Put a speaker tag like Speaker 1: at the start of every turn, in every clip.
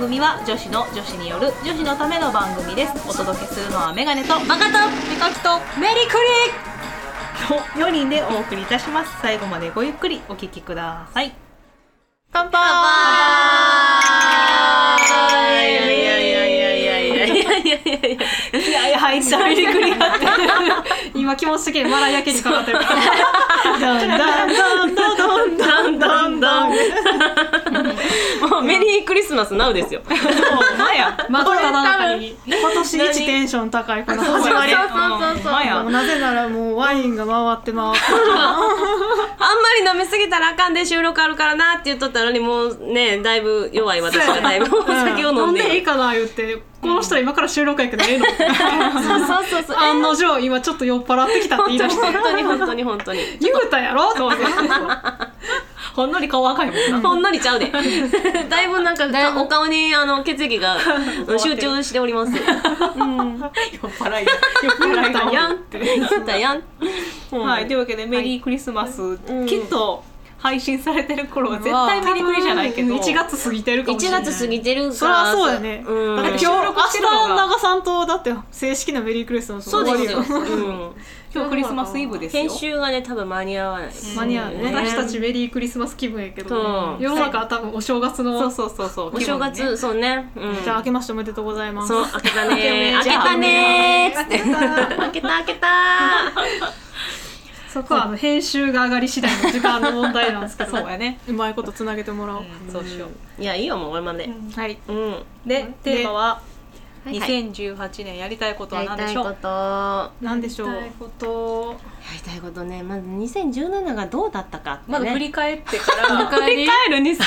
Speaker 1: 組は女子の女子による女子のための番組ですお届けするのはメガネとマカと
Speaker 2: ピカキとメリク
Speaker 1: の4人でお送りいたします最後までごゆっくりお聞きください乾杯
Speaker 2: 杯
Speaker 1: いやいやいやいやいやいやいや
Speaker 2: リいやいやいやいや
Speaker 1: いやいや入った
Speaker 2: メリクリやって
Speaker 3: 今気持ち的にマライアケにかかってるか
Speaker 1: だ
Speaker 3: ら
Speaker 1: んだんだんだんだんだんだん
Speaker 2: もう メリークリスマスナウですよ
Speaker 1: そうまや
Speaker 3: まだただ中に今年一テンション高いこの始まり
Speaker 2: そうそうそうそう
Speaker 1: ほんまや
Speaker 3: もうなぜならもうワインが回って回って
Speaker 2: あんまり飲みすぎたらあかんで収録あるからなって言っとったのにもうねだいぶ弱い私がだいぶお酒を飲ん
Speaker 3: でい
Speaker 2: で
Speaker 3: いかな言ってこの人は今から収録やけどええの
Speaker 2: そうそうそう
Speaker 3: 案の定今ちょっと酔っ払ってきたって言い出 して
Speaker 2: 本当に本当に本当に
Speaker 3: 言うたやろ って
Speaker 1: ほんのり顔赤いもんな
Speaker 2: ほんのりちゃ うでだいぶなんか
Speaker 3: だいぶ
Speaker 2: お顔にあの血液 がうん集中しております
Speaker 1: 酔っ払いや酔っ払
Speaker 3: 言
Speaker 1: いう
Speaker 3: た
Speaker 1: だ
Speaker 3: や
Speaker 1: やん
Speaker 3: んって
Speaker 2: 言 ったやん
Speaker 1: はいというわけでメリークリスマス、
Speaker 2: ん
Speaker 1: きっと配信されてる頃は絶対メリークリじゃないけど
Speaker 3: 1月過ぎてるかもしれ
Speaker 2: 1
Speaker 3: ない
Speaker 2: 月過ぎてるから
Speaker 3: そりゃそうだね
Speaker 2: うん
Speaker 3: だって今日
Speaker 1: 収
Speaker 3: 明
Speaker 1: 録してるのが
Speaker 3: 日長さんとだって正式なメリークリスマス
Speaker 2: そうですよ、
Speaker 3: 終わり
Speaker 2: うん、
Speaker 1: 今日クリスマスイブですよ
Speaker 2: 編集がね多分間に合わない
Speaker 3: 間に合うね
Speaker 2: ん
Speaker 3: 私たちメリークリスマス気分やけ
Speaker 2: そ
Speaker 3: ど
Speaker 2: う
Speaker 3: 世の中は多分お正月の
Speaker 1: そうそうそうそう
Speaker 2: お正月、
Speaker 1: 気分ね
Speaker 2: そうね、うん、
Speaker 3: じゃあ明けましておめでとうございます。
Speaker 2: そう開けたね
Speaker 1: 明
Speaker 2: 開
Speaker 1: け
Speaker 2: け
Speaker 1: た
Speaker 2: た
Speaker 1: ね
Speaker 2: ね
Speaker 3: ー開けた
Speaker 2: 開けた開けた
Speaker 3: そこはあの編集が上がり次第の時間の問題なんですけど、
Speaker 1: そうやね
Speaker 3: うまいことつなげてもらおう。
Speaker 1: そうしよ
Speaker 2: いやいいよもう俺まで
Speaker 3: はい。
Speaker 2: うん、
Speaker 1: うでテーマは
Speaker 2: はいはい
Speaker 1: 2018年やりたいことは何でしょう、
Speaker 2: とや
Speaker 3: なんでしょう。こと。
Speaker 2: りたいことねまず2017がどうだったかって
Speaker 1: ま
Speaker 2: ね
Speaker 1: ず振り返ってから
Speaker 2: 振り返る2017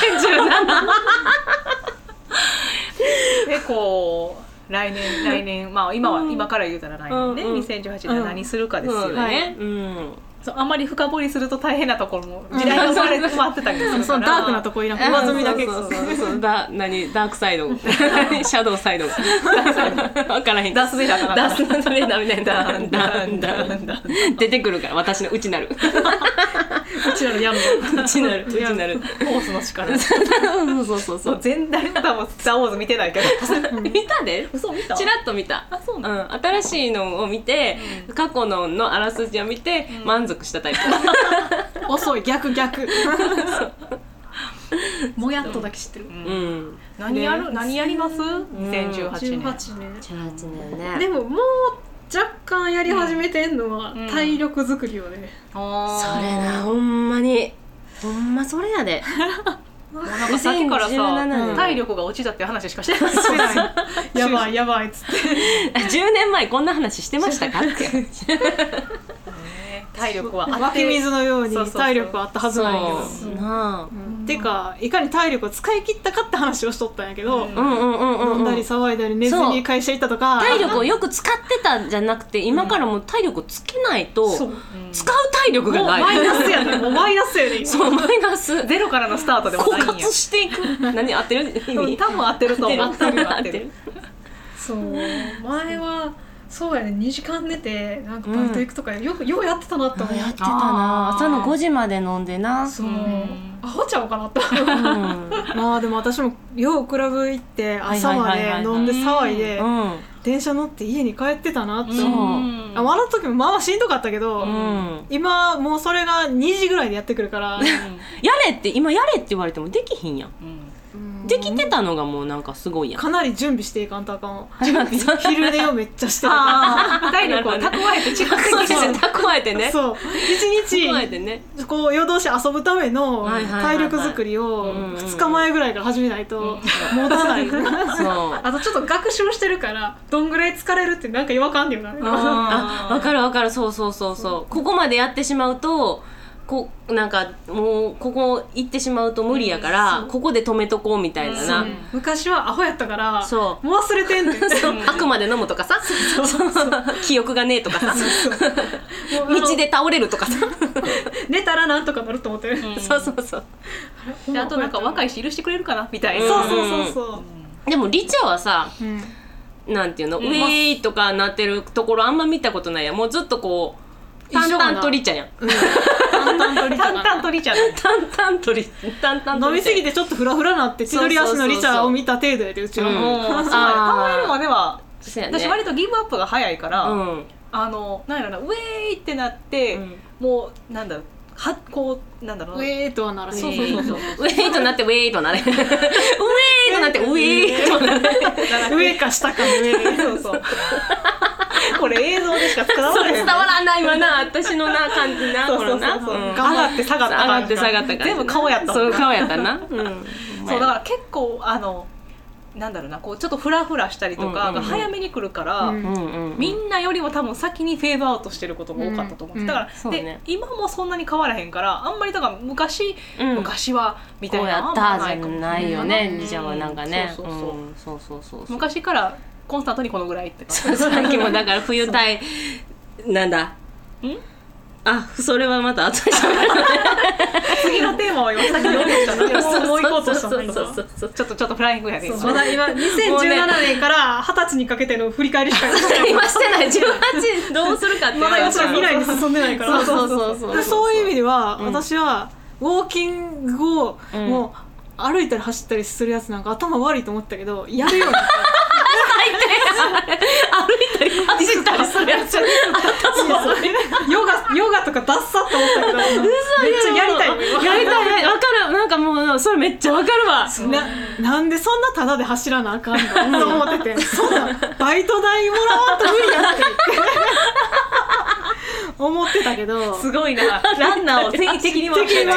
Speaker 1: でこう来年来年まあ今は、今から言うたら来年ね、
Speaker 2: うんうん
Speaker 1: 2018年は何するかですよね、
Speaker 2: そう
Speaker 3: は
Speaker 2: だ
Speaker 3: い
Speaker 2: ね、うん
Speaker 1: そうあんまり深掘りすると大変なところも時代が生まれてまってたりする
Speaker 3: そ
Speaker 1: か
Speaker 3: の
Speaker 1: ら
Speaker 3: ダークなとこいらん。上積みだけ。
Speaker 2: そう
Speaker 3: は
Speaker 2: そうそうそうダ何ダークサイ ドシャドウサイド分からへん
Speaker 1: ダースベイダーかな
Speaker 2: ダースダースベイダーみたいな
Speaker 1: ダンダンダンダン
Speaker 2: 出てくるから私のうちなる
Speaker 3: うちらのヤン
Speaker 2: うちなるうちなる
Speaker 1: ホースの力
Speaker 2: そうそうそうそ
Speaker 1: そう
Speaker 2: う
Speaker 1: 全誰多分スター・ウォーズ見てないけど
Speaker 2: 見たで
Speaker 1: 嘘見た
Speaker 2: チラッと見た
Speaker 1: あそう
Speaker 2: う
Speaker 1: なの、
Speaker 2: ん、新しいのを見て、過去ののあらすじを見て、満足したタイプ
Speaker 3: ボ。遅い逆逆。もやっとだけ知ってる。
Speaker 1: うん
Speaker 2: うん
Speaker 1: 何やる何やります
Speaker 3: 十
Speaker 1: ?2018 年
Speaker 3: 八年。
Speaker 2: 18年
Speaker 3: でももう若干やり始めてんのは
Speaker 1: うん
Speaker 3: 体力作りよね。
Speaker 1: そ
Speaker 2: それなほんまにほんまそれや で
Speaker 1: もうなんかさっきから
Speaker 2: 2017
Speaker 1: さ
Speaker 2: 年
Speaker 1: 体力が落ちたって話しかしてない
Speaker 3: してないやばいやばいっつって。
Speaker 2: 10年前こんな話してましたかって
Speaker 1: 体 力はあ
Speaker 3: 湧
Speaker 1: っ
Speaker 3: き
Speaker 1: て
Speaker 3: 水のよう
Speaker 1: そうそう
Speaker 3: に
Speaker 1: そう
Speaker 3: 体力はあったはずないけど。
Speaker 2: そうなあ
Speaker 3: てかいかに体力を使い切ったかって話をしとったんやけど、
Speaker 1: うん
Speaker 2: うんうんうんうん
Speaker 3: 飲んだり騒いだり寝ずに会社行ったとか
Speaker 2: 体力をよく使ってたんじゃなくて今からもう体力をつけないと
Speaker 3: そう
Speaker 2: 使
Speaker 3: も
Speaker 2: う体力
Speaker 3: う
Speaker 2: が
Speaker 3: マ
Speaker 2: ない
Speaker 3: イナスやねもうマイナスやね 今
Speaker 2: そうマイナス
Speaker 1: ゼロからのスタートでも
Speaker 2: 枯
Speaker 1: ないんや
Speaker 2: 渇していく 何合ってる意
Speaker 1: うん
Speaker 2: 味
Speaker 1: 多分合ってると思う
Speaker 2: 合
Speaker 1: 合っ
Speaker 2: っ
Speaker 1: てて
Speaker 2: る
Speaker 1: る
Speaker 2: 合
Speaker 1: 合
Speaker 2: っ
Speaker 1: ってて
Speaker 2: る
Speaker 1: る
Speaker 3: そう前はそうやね2時間寝てなんかバイト行くとかよく、ようやってたなって思う
Speaker 2: やってた
Speaker 1: あー
Speaker 2: な朝の5時まで飲んでな
Speaker 3: そう
Speaker 1: うん
Speaker 3: アホちゃうかなって
Speaker 2: うん
Speaker 3: まあでも私もようクラブ行って朝ま
Speaker 2: はいはいは
Speaker 3: で
Speaker 2: いはい
Speaker 3: 飲んで騒いで
Speaker 2: うん
Speaker 3: 電車乗って家に帰ってたなって
Speaker 2: そう
Speaker 3: 思う、
Speaker 1: ん
Speaker 3: あの時もまあまあしんどかったけど、
Speaker 2: うん
Speaker 3: 今もうそれが2時ぐらいでやってくるから
Speaker 2: やれって今やれって言われてもできひんやん
Speaker 1: うん
Speaker 2: できてたのがもうなんかすごいやん
Speaker 3: かなり準備していかんとあかんわ昼寝をめっちゃしてる
Speaker 1: あー体力を蓄えて蓄
Speaker 2: そ
Speaker 1: え
Speaker 2: うで
Speaker 1: て
Speaker 2: すね蓄えてね
Speaker 3: そう一
Speaker 2: 蓄え
Speaker 3: 日
Speaker 2: てね
Speaker 3: こう夜通し遊ぶための
Speaker 2: はいはいはいはい
Speaker 3: 体力作りを
Speaker 2: うんうん
Speaker 3: 2日前ぐらいから始めないと持 たない
Speaker 2: そう
Speaker 3: あとちょっと学習してるからどんぐらい疲れるってなんか違和感あんねんな
Speaker 2: あわかるわかるそうそうそうそうここまでやってしまうとこなんかもうここ行ってしまうと無理やから、
Speaker 3: うんそう
Speaker 2: ここで止めとこうみたいなな、
Speaker 1: うん
Speaker 3: 昔はアホやったから
Speaker 2: そ
Speaker 3: もう忘れてん ねん
Speaker 2: そうあくまで飲むとかさ記憶がねえとかさ道で倒れるとかさ、
Speaker 3: 寝たらなんとかなると思ってる、
Speaker 2: そうそうそう
Speaker 1: であとなんか若い
Speaker 3: 人
Speaker 1: し許してくれるかなみたいな
Speaker 3: そう
Speaker 2: う
Speaker 3: そうそうそう、
Speaker 2: でもリチャはさ
Speaker 3: うん
Speaker 2: なんていうの、
Speaker 1: ん
Speaker 2: ウェーイとかなってるところあんま見たことないやんもうずっとこうタンタン鳥茶やん
Speaker 1: 淡々とリチャ淡々とリチャだ
Speaker 2: タンタン鳥タンタン鳥茶
Speaker 1: 飲みすぎてちょっとフラフラなって千鳥足のリチャを見た程度やでうちはもう、
Speaker 2: うん
Speaker 1: そうやね
Speaker 2: あー
Speaker 1: 考えるまでは
Speaker 2: そうやね
Speaker 1: 私割とギブアップが早いから、
Speaker 2: うん
Speaker 1: あのなんやろなウェーイってなって、
Speaker 2: うん
Speaker 1: もうなんだろうはこうなんだろう
Speaker 4: ウェーとはなら
Speaker 2: ウ
Speaker 4: へん
Speaker 1: そうそうそうそう
Speaker 2: ェイとなってウェイとなれウェイとなってウェイとなれ
Speaker 1: 上か下かの上でそう そうこれ映像でしか伝わ
Speaker 2: そ
Speaker 1: ら
Speaker 2: れ
Speaker 1: へん
Speaker 2: 伝わらないわな私のな感じな
Speaker 1: そう
Speaker 2: こ
Speaker 1: そ
Speaker 2: の
Speaker 1: うそ
Speaker 2: な
Speaker 1: うそう、
Speaker 2: うん
Speaker 1: 上がって下が
Speaker 2: 上
Speaker 1: った感じ
Speaker 2: がって下がった感じ
Speaker 1: 全部顔やったもん
Speaker 2: そう
Speaker 1: な
Speaker 2: 顔やったなうん
Speaker 1: そうだから結構あのなんだろうなこうちょっとフラフラしたりとか
Speaker 2: うんうん
Speaker 1: が
Speaker 2: うん
Speaker 1: 早めに来るから、
Speaker 4: うん
Speaker 2: うんうん
Speaker 1: みんなよりも多分先にフェードアウトしてることが多かったと思う、
Speaker 4: うん
Speaker 1: だから、
Speaker 2: そう
Speaker 1: で
Speaker 2: ね
Speaker 1: 今もそんなに変わらへんからあんまりだから昔、
Speaker 2: うん
Speaker 1: 昔はみたい
Speaker 2: こう
Speaker 1: な
Speaker 2: やっ
Speaker 1: のはあんま
Speaker 2: たじ
Speaker 1: な
Speaker 2: ゃ
Speaker 1: いかも
Speaker 2: ないよね
Speaker 4: うん
Speaker 2: りちゃんはなんかね
Speaker 1: そうそうそう
Speaker 2: うんそうそうそうそう
Speaker 1: 昔からコンスタントにこのぐらいって感じ
Speaker 2: さっきもだから冬タイなんだ
Speaker 1: ん
Speaker 2: あそれはまた後でしゃ
Speaker 1: 次のテーマは今さっき読んでた
Speaker 2: べる
Speaker 1: のもう行こうとしたの
Speaker 2: そう
Speaker 1: 今
Speaker 2: そうそうそう
Speaker 1: ちょっとちょっとフライングやね
Speaker 3: そう
Speaker 1: 今
Speaker 3: まだ今2017年から二十歳にかけての振り返りしかない
Speaker 2: 今してない18どうするかっていう
Speaker 1: まだ
Speaker 2: 話
Speaker 1: 予算未来に進んでないから
Speaker 2: そうそうそうそう
Speaker 4: でそういう意味では、
Speaker 2: うん
Speaker 4: 私はウォーキングを、
Speaker 2: うん
Speaker 4: もう歩いたり走ったりするやつなんか頭悪いと思ってたけどやるようになっ
Speaker 2: 走ったりするやつ
Speaker 4: たヨガヨガとかダッサって思ったけどめっちゃやりたい
Speaker 2: やりたいやりたいわかるなんかもうそれめっちゃわかるわ
Speaker 4: ななんでそんなタダで走らなあかんのと思っててそんなバイト代もらわんと無理やって言って思ってたけど
Speaker 1: すごいなランナーを定期的に回してる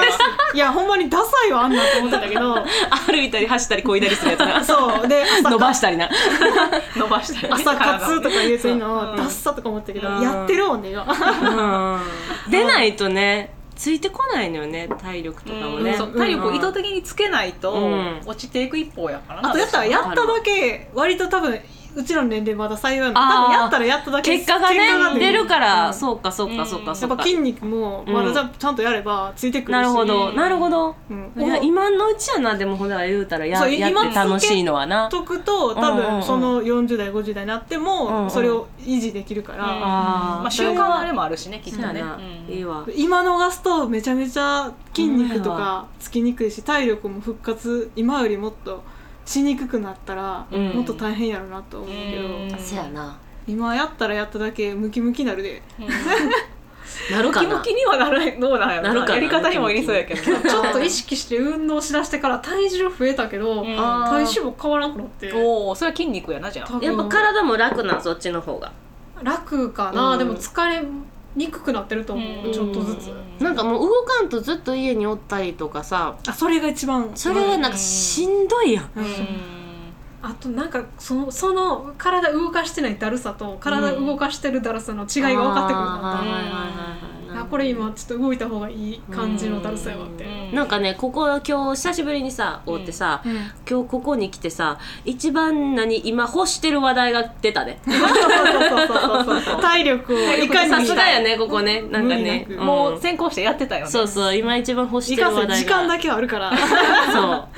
Speaker 4: いやほんまにダサいわあんなんと思ってたけど
Speaker 2: 歩いたり走ったりこいだりするやつな
Speaker 4: そうで朝
Speaker 2: 伸ばしたりな
Speaker 1: 伸ばしたりね
Speaker 4: 朝活とか言うて
Speaker 1: 体
Speaker 4: んの
Speaker 1: を
Speaker 4: ダッサとか思ったけど
Speaker 2: うん
Speaker 4: やってるもんね今
Speaker 2: 出ないとねついてこないのよね体力とかもね
Speaker 1: そう体力を意図的につけないと
Speaker 2: うん
Speaker 1: 落ちていく一方やからな
Speaker 4: あとやったらやっただけ割と多分うちらの年齢まだ幸いなの多
Speaker 2: あー
Speaker 4: 分やったらやっただけ
Speaker 2: 結果がね出るから、そうかそう
Speaker 1: うん
Speaker 2: かそうかそ
Speaker 4: や
Speaker 2: う
Speaker 4: っ
Speaker 2: か
Speaker 4: ぱ筋肉もまだちゃんちゃんとやればついてくるし
Speaker 2: なるほど
Speaker 1: うん
Speaker 2: なるほど、
Speaker 4: うん
Speaker 2: いや今のうちやなでもほら言うたらや
Speaker 4: そう
Speaker 2: や
Speaker 4: 今
Speaker 2: っ
Speaker 4: つ
Speaker 2: て
Speaker 4: け
Speaker 2: 楽しいのはな
Speaker 4: とくと多
Speaker 2: うんうんうん
Speaker 4: 分その40代50代になって
Speaker 2: うんう
Speaker 4: も
Speaker 2: ん
Speaker 4: それを維持できるか
Speaker 1: うん
Speaker 4: ら、
Speaker 2: あー
Speaker 1: まあ、習慣のあれもあるしねきっ
Speaker 2: そう
Speaker 1: と
Speaker 2: や
Speaker 1: ね
Speaker 2: な、
Speaker 1: うん
Speaker 2: いいわ
Speaker 4: 今逃すとめちゃめちゃ筋肉と
Speaker 2: ほんまや
Speaker 4: かつきにくいし体力も復活今よりもっとしにくくなったら、
Speaker 2: うん
Speaker 4: もっと大変やろうなと思うけど、
Speaker 1: うん
Speaker 2: せやな
Speaker 4: 今やったらやっただけムキムキなるで
Speaker 2: なる
Speaker 1: ム
Speaker 2: か
Speaker 1: キ
Speaker 2: な
Speaker 1: ムキにはならないどうなんやろ
Speaker 2: なるかな
Speaker 1: やり方にも入りそうやけど
Speaker 3: ちょっと意識して運動しだしてから体重増えたけど、
Speaker 1: うん
Speaker 3: 体脂肪変わらなくなって
Speaker 1: おおそれは筋肉やなじゃあ
Speaker 3: 多分
Speaker 2: やっぱ体も楽なそっちの方が
Speaker 3: 楽かな、
Speaker 2: うん
Speaker 3: でも疲れにくくなってると思う、
Speaker 1: うん
Speaker 3: ちょっとずつ、
Speaker 2: なんかもう動かんとずっと家におったりとかさ
Speaker 4: あそれが一番
Speaker 2: それはなんかしんどいやん
Speaker 1: うん
Speaker 3: あとなんかそのその体動かしてないだるさと体動かしてるだるさの違いが分かってくる
Speaker 2: あーはい
Speaker 3: な
Speaker 2: は
Speaker 3: っ
Speaker 2: いはいはい
Speaker 3: た、あこれ今ちょっと動いた方がいい感じのだるさやわって、
Speaker 1: うん
Speaker 2: なんかねここ今日久しぶりにさおってさ、今日ここに来てさ一番何今欲してる話題が出たね
Speaker 1: そうそうそうそう
Speaker 4: 体力をいかに
Speaker 2: さすがやねここねなんかね
Speaker 4: 無理なく
Speaker 2: ん
Speaker 1: もう先行してやってたよね
Speaker 2: そうそう今一番欲し
Speaker 4: 生
Speaker 2: てる
Speaker 4: か
Speaker 2: 話題
Speaker 4: せ
Speaker 2: が
Speaker 4: 時間だけはあるから
Speaker 2: そう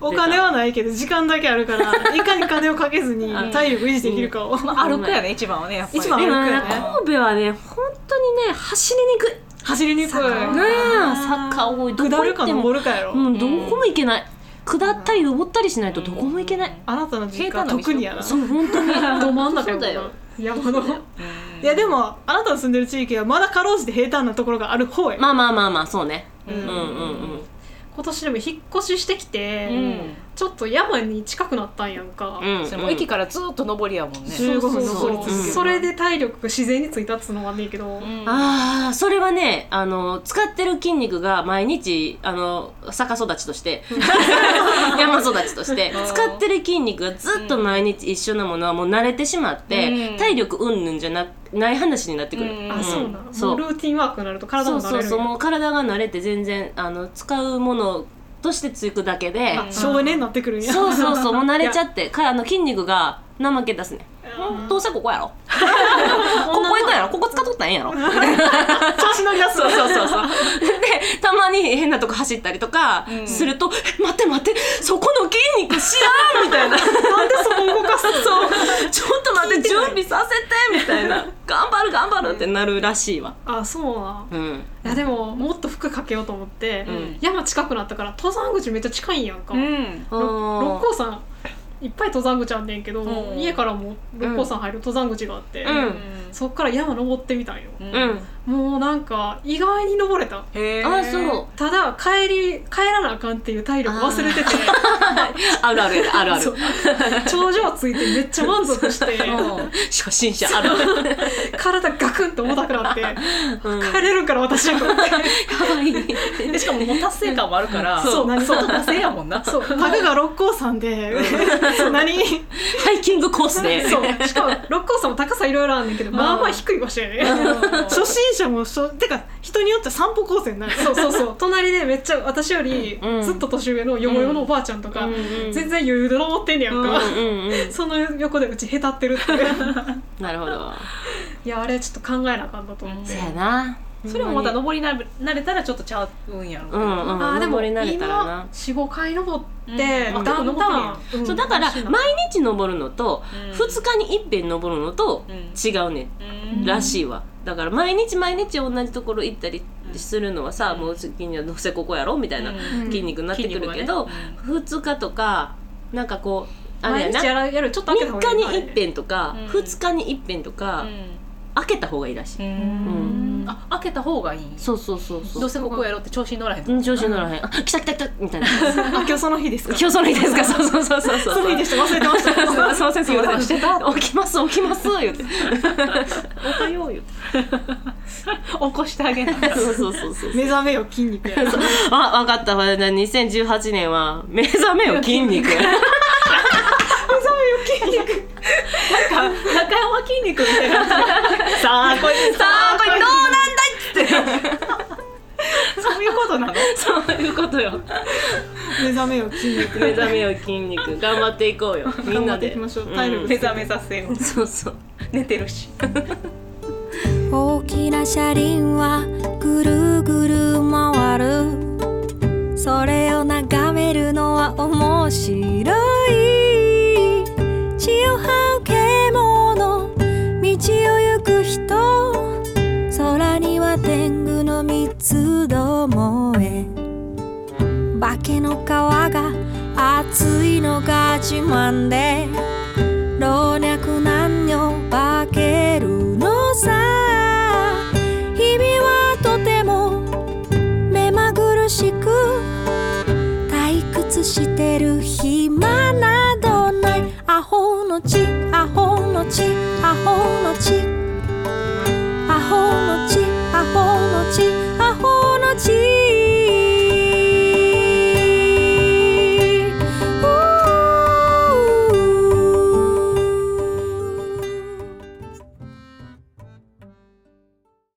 Speaker 4: お金はないけど時間だけあるからいかに金をかけずに
Speaker 2: うん
Speaker 4: 体力維持できるかを、
Speaker 1: まあ歩くやね一番はねやっぱり
Speaker 4: 一番
Speaker 2: でもね
Speaker 4: 歩くよね
Speaker 2: 神戸はね本当にね走りにくい
Speaker 4: 走りにくい
Speaker 3: 坂
Speaker 2: な
Speaker 4: な
Speaker 2: あサッカー多いど
Speaker 4: 下
Speaker 2: こ
Speaker 4: る
Speaker 2: 行っ
Speaker 4: か
Speaker 2: ても
Speaker 4: 登るかやろ、
Speaker 2: うんどこも行けない下ったり登ったりしないとどこも行けない、
Speaker 4: あなたの実家は特にやな
Speaker 2: そう本当に
Speaker 3: ど真ん中
Speaker 2: そうだ
Speaker 3: や
Speaker 2: よ
Speaker 3: もんな山の
Speaker 4: いやでもあなたの住んでる地域はまだかろうじて平坦なところがある方へ、
Speaker 2: まあまあまあまあそうね
Speaker 1: う
Speaker 2: うんんうんうん
Speaker 3: 今年でも引っ越ししてきて、
Speaker 1: うん
Speaker 3: ちょっと山に近くなったんやんか、
Speaker 2: うん
Speaker 1: それも駅からずっと上りやもんね
Speaker 4: 15分
Speaker 3: そ
Speaker 4: 登
Speaker 3: う
Speaker 4: り
Speaker 3: そう
Speaker 4: 続ける
Speaker 3: それで体力が自然についたっつうのはねんけど、
Speaker 2: ああそれはねあの使ってる筋肉が毎日あの逆育ちとして山育ちとして
Speaker 1: うん
Speaker 2: 使ってる筋肉がずっと毎日一緒なものはもう慣れてしまって、
Speaker 1: うん
Speaker 2: 体力うんぬんじゃなない話になってくる、
Speaker 1: うん
Speaker 3: あそうなん、
Speaker 2: そ
Speaker 3: もうル
Speaker 2: う
Speaker 3: ーティンワークになると体
Speaker 2: そ
Speaker 3: も
Speaker 2: う
Speaker 3: 慣
Speaker 2: そ
Speaker 3: れ
Speaker 2: う
Speaker 3: る
Speaker 2: そうもう体が慣れて全然あの使うものとしてつくだけで、
Speaker 1: うん
Speaker 4: 省エネになってくるんや
Speaker 2: そうそうそうもう慣れちゃってからあの筋肉が怠け出すね
Speaker 3: あ
Speaker 2: どうせここやろ ここ行くんやろここ使っとったらええんや ろ
Speaker 3: 調子乗りやす
Speaker 2: そう
Speaker 3: い
Speaker 2: そうそうそう。で、たまに変なとこ走ったりとかすると、え待って待って、そこの筋肉知らんみた いな。なんでそこ動かすそう。ちょっと待って、準備させてみたいな。頑張る頑張るってなるらしいわ。
Speaker 3: あそうな
Speaker 2: う
Speaker 3: ん
Speaker 2: ん。
Speaker 3: いやでももっと服かけようと思って、
Speaker 2: ん
Speaker 3: 山近くなったから登山口めっちゃ近いんやんか、
Speaker 1: ん
Speaker 2: あ
Speaker 3: ろ六
Speaker 2: ー
Speaker 3: 甲山いっぱい登山口あんねんけど、
Speaker 1: うん
Speaker 3: 家からも六甲山入る登山口があって、
Speaker 2: うん
Speaker 3: そっから山登ってみたんよ、
Speaker 1: うん
Speaker 2: うん。
Speaker 3: もうなんか意外に登れた
Speaker 1: へー
Speaker 2: あ、そう。
Speaker 3: ただ帰り帰らなあかんっていう体力忘れてて
Speaker 2: あるあるやであるあ
Speaker 3: そ
Speaker 2: る
Speaker 3: う。 頂上ついてめっちゃ満足して
Speaker 2: うん初心者あるある。
Speaker 3: 体ガクンと重たくなって
Speaker 2: うん
Speaker 3: 帰れるんから私はと思って
Speaker 1: でしかももう達成感もあるから
Speaker 3: そう
Speaker 1: 何そう達成やもんな
Speaker 3: そうタグが六甲山でそう何
Speaker 2: ハイキングコースで。
Speaker 3: そうしかも六甲山も高さいろいろあるんだけどまあまあ低い場所やね 初心者もそてか人によって散歩コースになるそうそうそう隣でめっちゃ私より
Speaker 2: うん
Speaker 3: ずっと年上のよもよものおばあちゃんとか、
Speaker 2: うんうん
Speaker 3: 全然余裕で登ってんねやんか、
Speaker 2: うんうん。
Speaker 3: その横でうちへたってるっていう
Speaker 2: なるほど。
Speaker 3: いやあれちょっと考えなあかんだと思って、
Speaker 2: そうやな。
Speaker 1: それもまた登りな慣れたらちょっとちゃうんやろうけ
Speaker 2: う
Speaker 1: ど
Speaker 2: んうん。
Speaker 3: あーでも
Speaker 2: 登り慣れたらな
Speaker 3: 今。45回登って、
Speaker 1: うん
Speaker 3: だんだん、
Speaker 1: 登って
Speaker 3: ん
Speaker 2: そうだから
Speaker 3: 楽しいな
Speaker 2: 毎日登るのと
Speaker 1: うん
Speaker 2: 2日に一遍登るのと
Speaker 1: うん
Speaker 2: 違うね、
Speaker 1: うん
Speaker 3: ん
Speaker 2: らしいわだから毎日毎日同じところ行ったりするのはさ、
Speaker 1: うん
Speaker 2: もう次にはどうせここやろみたいな
Speaker 1: うん
Speaker 3: うん
Speaker 2: 筋肉になってくるけど、
Speaker 1: 筋肉
Speaker 2: 2日とかなんかこうあれや
Speaker 3: 毎
Speaker 2: な
Speaker 3: 日やるやるちょっと開けた
Speaker 2: 3
Speaker 3: 方が
Speaker 2: 日
Speaker 3: いい
Speaker 2: に一遍とか、
Speaker 1: うん
Speaker 2: 二2日に一遍と
Speaker 1: が
Speaker 2: か、
Speaker 1: ね
Speaker 2: 開けた方がいいらし
Speaker 1: う
Speaker 2: い、
Speaker 1: ん
Speaker 3: ん
Speaker 1: あ開けた方がいいんや
Speaker 2: そうそうそうそう
Speaker 1: どうせここやろうって調子に乗らへん
Speaker 2: うん調子乗らへんあ来た来た来たみたいな
Speaker 3: あ今日その日ですか
Speaker 2: 今日その日です かそうそうそうそうそう
Speaker 3: その日でした忘れて ました
Speaker 2: そうそうそうそう
Speaker 1: そうしてた
Speaker 2: 起きます起きます言って
Speaker 1: おはようよ 起こしてあげな
Speaker 2: そうそうそうそう
Speaker 3: 目覚めよ筋肉や
Speaker 2: あ、わかった。2018年は、目覚めよ筋肉。
Speaker 1: 中山筋肉みたいな
Speaker 3: さあこれ
Speaker 2: さあ、これどうなんだ
Speaker 3: そういうことなの
Speaker 2: そういうことよ。
Speaker 3: 目覚めよ筋肉
Speaker 2: 目覚めよ筋肉。頑張っていこうよ。みんなで。
Speaker 3: 頑張っていきましょう体力
Speaker 1: 目覚めさせよう
Speaker 2: うんそうそう。
Speaker 1: 寝てるし
Speaker 5: 大きな車輪はぐるぐる回るそれを眺めるのは面白い血を這う獣道を行く人空には天狗の三つどもえ化けの皮が熱いのが自慢で老若男女化けるのさ日々はとても目まぐるしく退屈してる暇などないアホの血アホの血アホの血アホの血